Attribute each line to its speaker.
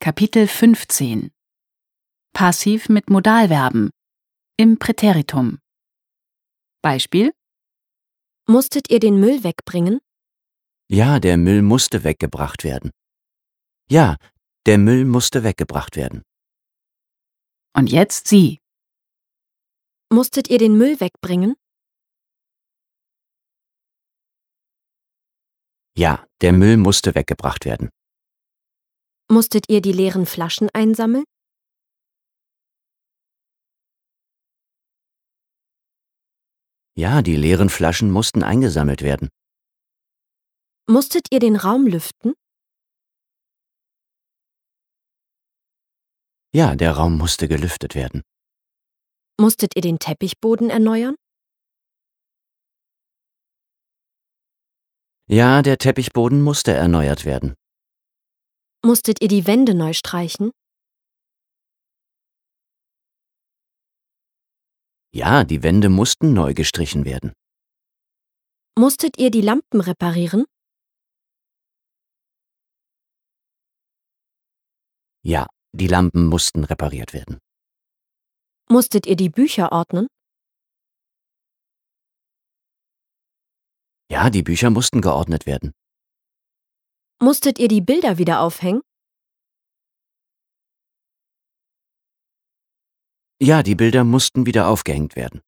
Speaker 1: Kapitel 15 Passiv mit Modalverben im Präteritum. Beispiel:
Speaker 2: Musstet ihr den Müll wegbringen?
Speaker 3: Ja, der Müll musste weggebracht werden. Ja, der Müll musste weggebracht werden.
Speaker 1: Und jetzt Sie.
Speaker 2: Musstet ihr den Müll wegbringen?
Speaker 3: Ja, der Müll musste weggebracht werden.
Speaker 2: Musstet ihr die leeren Flaschen einsammeln?
Speaker 3: Ja, die leeren Flaschen mussten eingesammelt werden.
Speaker 2: Musstet ihr den Raum lüften?
Speaker 3: Ja, der Raum musste gelüftet werden.
Speaker 2: Musstet ihr den Teppichboden erneuern?
Speaker 3: Ja, der Teppichboden musste erneuert werden.
Speaker 2: Musstet ihr die Wände neu streichen?
Speaker 3: Ja, die Wände mussten neu gestrichen werden.
Speaker 2: Musstet ihr die Lampen reparieren?
Speaker 3: Ja, die Lampen mussten repariert werden.
Speaker 2: Musstet ihr die Bücher ordnen?
Speaker 3: Ja, die Bücher mussten geordnet werden.
Speaker 2: Musstet ihr die Bilder wieder aufhängen?
Speaker 3: Ja, die Bilder mussten wieder aufgehängt werden.